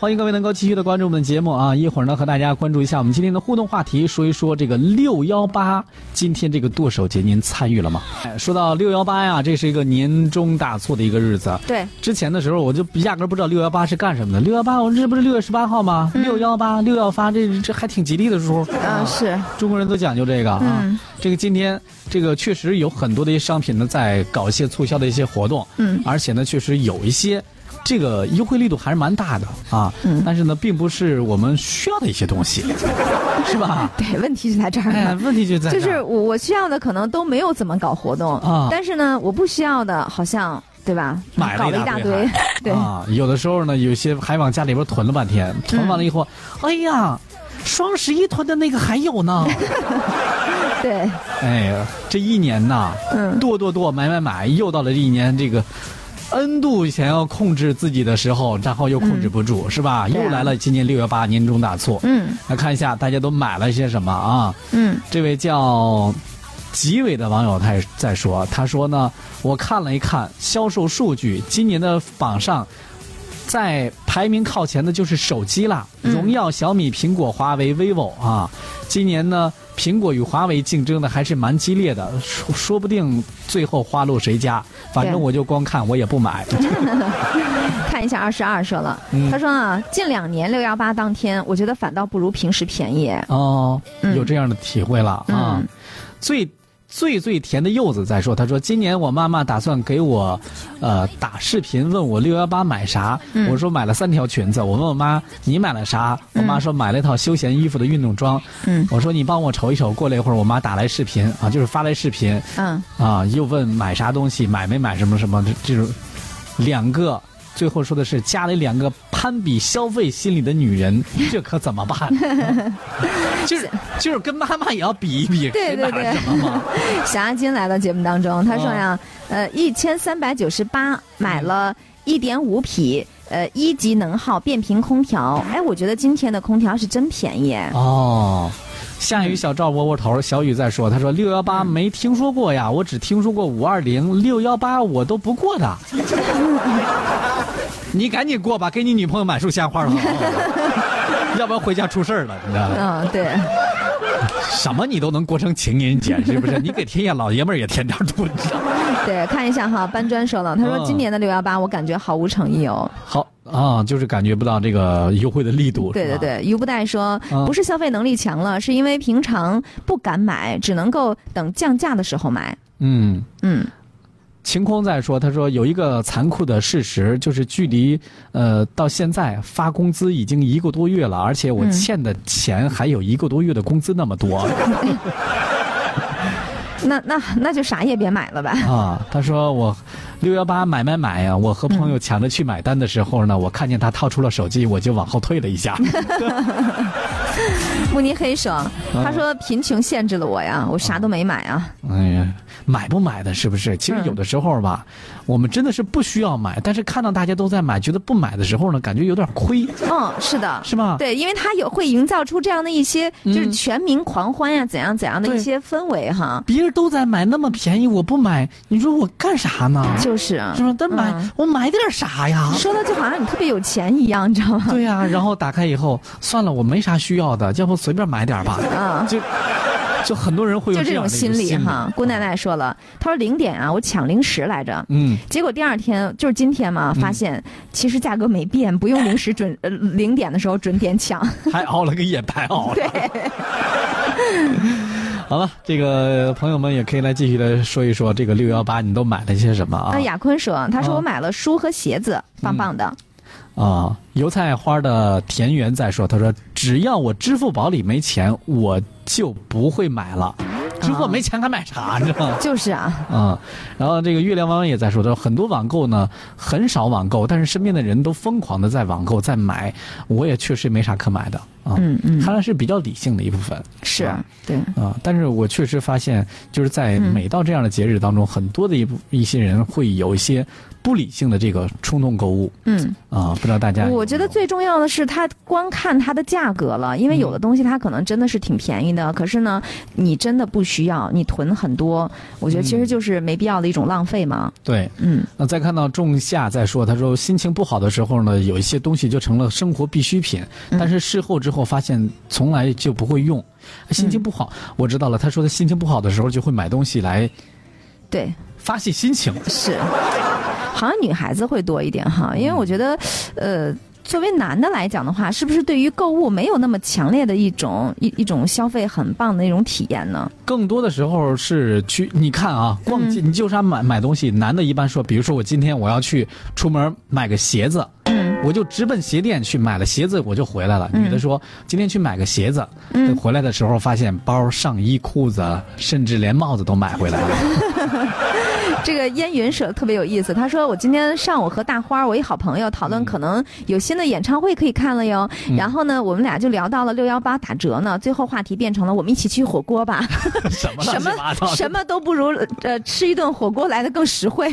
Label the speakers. Speaker 1: 欢迎各位能够继续的关注我们的节目啊！一会儿呢，和大家关注一下我们今天的互动话题，说一说这个六幺八。今天这个剁手节，您参与了吗？哎，说到六幺八呀，这是一个年终大促的一个日子。
Speaker 2: 对，
Speaker 1: 之前的时候我就压根儿不知道六幺八是干什么的。六幺八，我这不是六月十八号吗？六幺八，六幺八，这这还挺吉利的时候。
Speaker 2: 嗯，是，
Speaker 1: 中国人都讲究这个啊。
Speaker 2: 嗯
Speaker 1: 这个今天这个确实有很多的一些商品呢，在搞一些促销的一些活动，
Speaker 2: 嗯
Speaker 1: 而且呢，确实有一些这个优惠力度还是蛮大的啊。
Speaker 2: 嗯
Speaker 1: 但是呢，并不是我们需要的一些东西， 是吧？
Speaker 2: 对，问题是在这儿
Speaker 1: 哎，
Speaker 2: 呢。
Speaker 1: 问题就在
Speaker 2: 就
Speaker 1: 这
Speaker 2: 是
Speaker 1: 儿
Speaker 2: 我我需要的可能都没有怎么搞活动，
Speaker 1: 啊
Speaker 2: 但是呢，我不需要的好像对吧？
Speaker 1: 买了
Speaker 2: 搞
Speaker 1: 一
Speaker 2: 了一
Speaker 1: 大
Speaker 2: 大
Speaker 1: 堆
Speaker 2: 堆， 对，
Speaker 1: 啊，有的时候呢，有些还往家里边囤了半天，囤完了以后，哎呀，双十一囤的那个还有呢。
Speaker 2: 对，
Speaker 1: 哎呀，这一年呐，
Speaker 2: 嗯
Speaker 1: 剁剁剁，买买买，又到了这一年这个 N 度想要控制自己的时候，然后又控制不住，是吧？
Speaker 2: 对啊
Speaker 1: 又来了今年六幺八年终大促，
Speaker 2: 嗯
Speaker 1: 来看一下大家都买了些什么啊？
Speaker 2: 嗯
Speaker 1: 这位叫吉伟的网友他也在说，他说呢，我看了一看销售数据，今年的榜上。在排名靠前的就是手机啦，
Speaker 2: 嗯
Speaker 1: 荣耀、小米、苹果、华为、vivo 啊。今年呢，苹果与华为竞争的还是蛮激烈的，说说不定最后花落谁家。反正
Speaker 2: 对
Speaker 1: 我就光看，我也不买。
Speaker 2: 看一下二十二说了，
Speaker 1: 嗯
Speaker 2: 他说啊，近两年六幺八当天，我觉得反倒不如平时便宜。
Speaker 1: 哦，
Speaker 2: 嗯
Speaker 1: 有这样的体会了啊。
Speaker 2: 嗯
Speaker 1: 最最最甜的柚子在说，他说今年我妈妈打算给我，呃，打视频问我六幺八买啥，
Speaker 2: 嗯
Speaker 1: 我说买了三条裙子，我问我妈你买了啥，我妈说买了一套休闲衣服的运动装，
Speaker 2: 嗯
Speaker 1: 我说你帮我瞅一瞅，过了一会儿我妈打来视频啊，就是发来视频
Speaker 2: 嗯，
Speaker 1: 啊，又问买啥东西，买没买什么什么，这这种两个。最后说的是家里两个攀比消费心理的女 人，这可怎么办？就是就是跟妈妈也要比一比，
Speaker 2: 对
Speaker 1: 谁买
Speaker 2: 对
Speaker 1: 了
Speaker 2: 对
Speaker 1: 什么 嘛。
Speaker 2: 小阿金来到节目当中，他说呀，
Speaker 1: 啊
Speaker 2: 呃，一千三百九十八
Speaker 1: 嗯
Speaker 2: 买了一点五匹。呃，一级能耗变频空调，哎，我觉得今天的空调是真便宜。
Speaker 1: 哦，下雨小赵窝窝头，小雨在说，他说六幺八没听说过呀，我只听说过五二零，六幺八我都不过 的。你赶紧过吧，给你女朋友买束鲜花 好不好？要不然回家出事儿了，你知道吗？
Speaker 2: 嗯，对，
Speaker 1: 什么你都能过成情人节，是不是？你给天下老爷们儿也添点堵，你知道吗？
Speaker 2: 对，看一下哈，搬砖说了，他说
Speaker 1: 嗯
Speaker 2: 今年的六幺八我感觉毫无诚意哦。
Speaker 1: 好啊、就是感觉不到这个优惠的力度。
Speaker 2: 对
Speaker 1: 是吧
Speaker 2: 对，对，于不带说
Speaker 1: 嗯
Speaker 2: 不是消费能力强了，是因为平常不敢买，只能够等降价的时候买。
Speaker 1: 嗯。
Speaker 2: 嗯
Speaker 1: 晴空在说，他说有一个残酷的事实，就是距离呃到现在发工资已经一个多月了，而且我
Speaker 2: 嗯
Speaker 1: 欠的钱还有一个多月的工资那么多
Speaker 2: 那那那就啥也别买了吧。
Speaker 1: 啊。他说我六幺八买买买呀、我和朋友抢着去买单的时候呢，我看见他掏出了手机，我就往后退了一 下。
Speaker 2: 慕尼黑说，
Speaker 1: 嗯
Speaker 2: 他说贫穷限制了我呀，我啥都没买啊。
Speaker 1: 哎呀，买不买的是不是？其实
Speaker 2: 嗯
Speaker 1: 有的时候吧，我们真的是不需要买，但是看到大家都在买，觉得不买的时候呢，感觉有点亏，
Speaker 2: 嗯，是的。
Speaker 1: 是吧？
Speaker 2: 对，因为他有会营造出这样的一些就是
Speaker 1: 啊嗯
Speaker 2: 全民狂欢呀、怎样怎样的
Speaker 1: 对
Speaker 2: 一些氛围哈，
Speaker 1: 别人都在买那么便宜，我不买，你说我干啥呢？
Speaker 2: 就是
Speaker 1: 是吧？但买、
Speaker 2: 嗯
Speaker 1: 我买点啥 呀？
Speaker 2: 说的就好像你特别有钱一样，你知道吗？
Speaker 1: 对呀、然后打开以后，算了，我没啥需要的，要不随便买点 吧。
Speaker 2: 啊，
Speaker 1: 就就很多人会有
Speaker 2: 就这
Speaker 1: 样
Speaker 2: 种
Speaker 1: 的一个啊
Speaker 2: 心理哈。姑奶奶说了，她说零点啊，我抢零食来着。
Speaker 1: 嗯，
Speaker 2: 结果第二天就是今天嘛，发现其实价格没变，不用零时准呃零点的时候准点抢。
Speaker 1: 还熬了个夜，白 熬了。 好了，这个朋友们也可以来继续的说一说这个六幺八你都买了些什么啊？
Speaker 2: 那雅坤说，他说
Speaker 1: 啊嗯
Speaker 2: 我买了书和鞋子，棒棒的。
Speaker 1: 啊，油菜花的田园在说，他说只要我支付宝里没钱，我就不会买
Speaker 2: 啊
Speaker 1: 了。支付宝没钱还买啥？你知道吗？
Speaker 2: 就是啊，
Speaker 1: 啊、然后这个月亮弯弯也在说，他说很多网购呢很少网购，但是身边的人都疯狂的在网购在买，我也确实没啥可买的。啊。
Speaker 2: 嗯嗯，
Speaker 1: 看来是比较理性的一部分
Speaker 2: 是
Speaker 1: 啊
Speaker 2: 对，
Speaker 1: 啊，但是我确实发现，就是在
Speaker 2: 嗯
Speaker 1: 每到这样的节日当中，很多的一部一些人会有一些不理性的这个冲动购物
Speaker 2: 嗯，
Speaker 1: 啊，不知道大家有没有
Speaker 2: 我觉得最重要的是，它光看它的价格了，因为有的
Speaker 1: 嗯
Speaker 2: 东西它可能真的是挺便宜的，可是呢，你真的不需要，你囤很多，我觉得其
Speaker 1: 嗯
Speaker 2: 实就是没必要的一种浪费嘛。
Speaker 1: 对
Speaker 2: 嗯，
Speaker 1: 那再看到仲夏在说，他说心情不好的时候呢，有一些东西就成了生活必需品，
Speaker 2: 嗯
Speaker 1: 但是事后之后发现从来就不会用。哎心情不好，我知道了。他说他心情不好的时候就会买东西来
Speaker 2: 对，
Speaker 1: 发泄心情。
Speaker 2: 是，好像女孩子会多一点哈，
Speaker 1: 嗯
Speaker 2: 因为我觉得，呃。作为男的来讲的话，是不是对于购物没有那么强烈的一种一一种消费很棒的那种体验呢？
Speaker 1: 更多的时候是去你看啊，逛街，你就是要买买东西。男的一般说，比如说我今天我要去出门买个鞋子，我就直奔鞋店去买了鞋子，我就回来了。女的说今天去买个鞋子，
Speaker 2: 嗯
Speaker 1: 回来的时候发现包、上衣、裤子，甚至连帽子都买回来了。
Speaker 2: 这个烟云说的特别有意思，他说我今天上午和大花儿我一好朋友讨
Speaker 1: 嗯
Speaker 2: 论，可能有新的演唱会可以看了哟。然后呢，我们俩就聊到了六幺八打折呢，最后话题变成了我们一起去火锅吧，
Speaker 1: 什么
Speaker 2: 什
Speaker 1: 乱七八糟
Speaker 2: 么
Speaker 1: 的
Speaker 2: 什么都不如呃吃一顿火锅来的更实惠。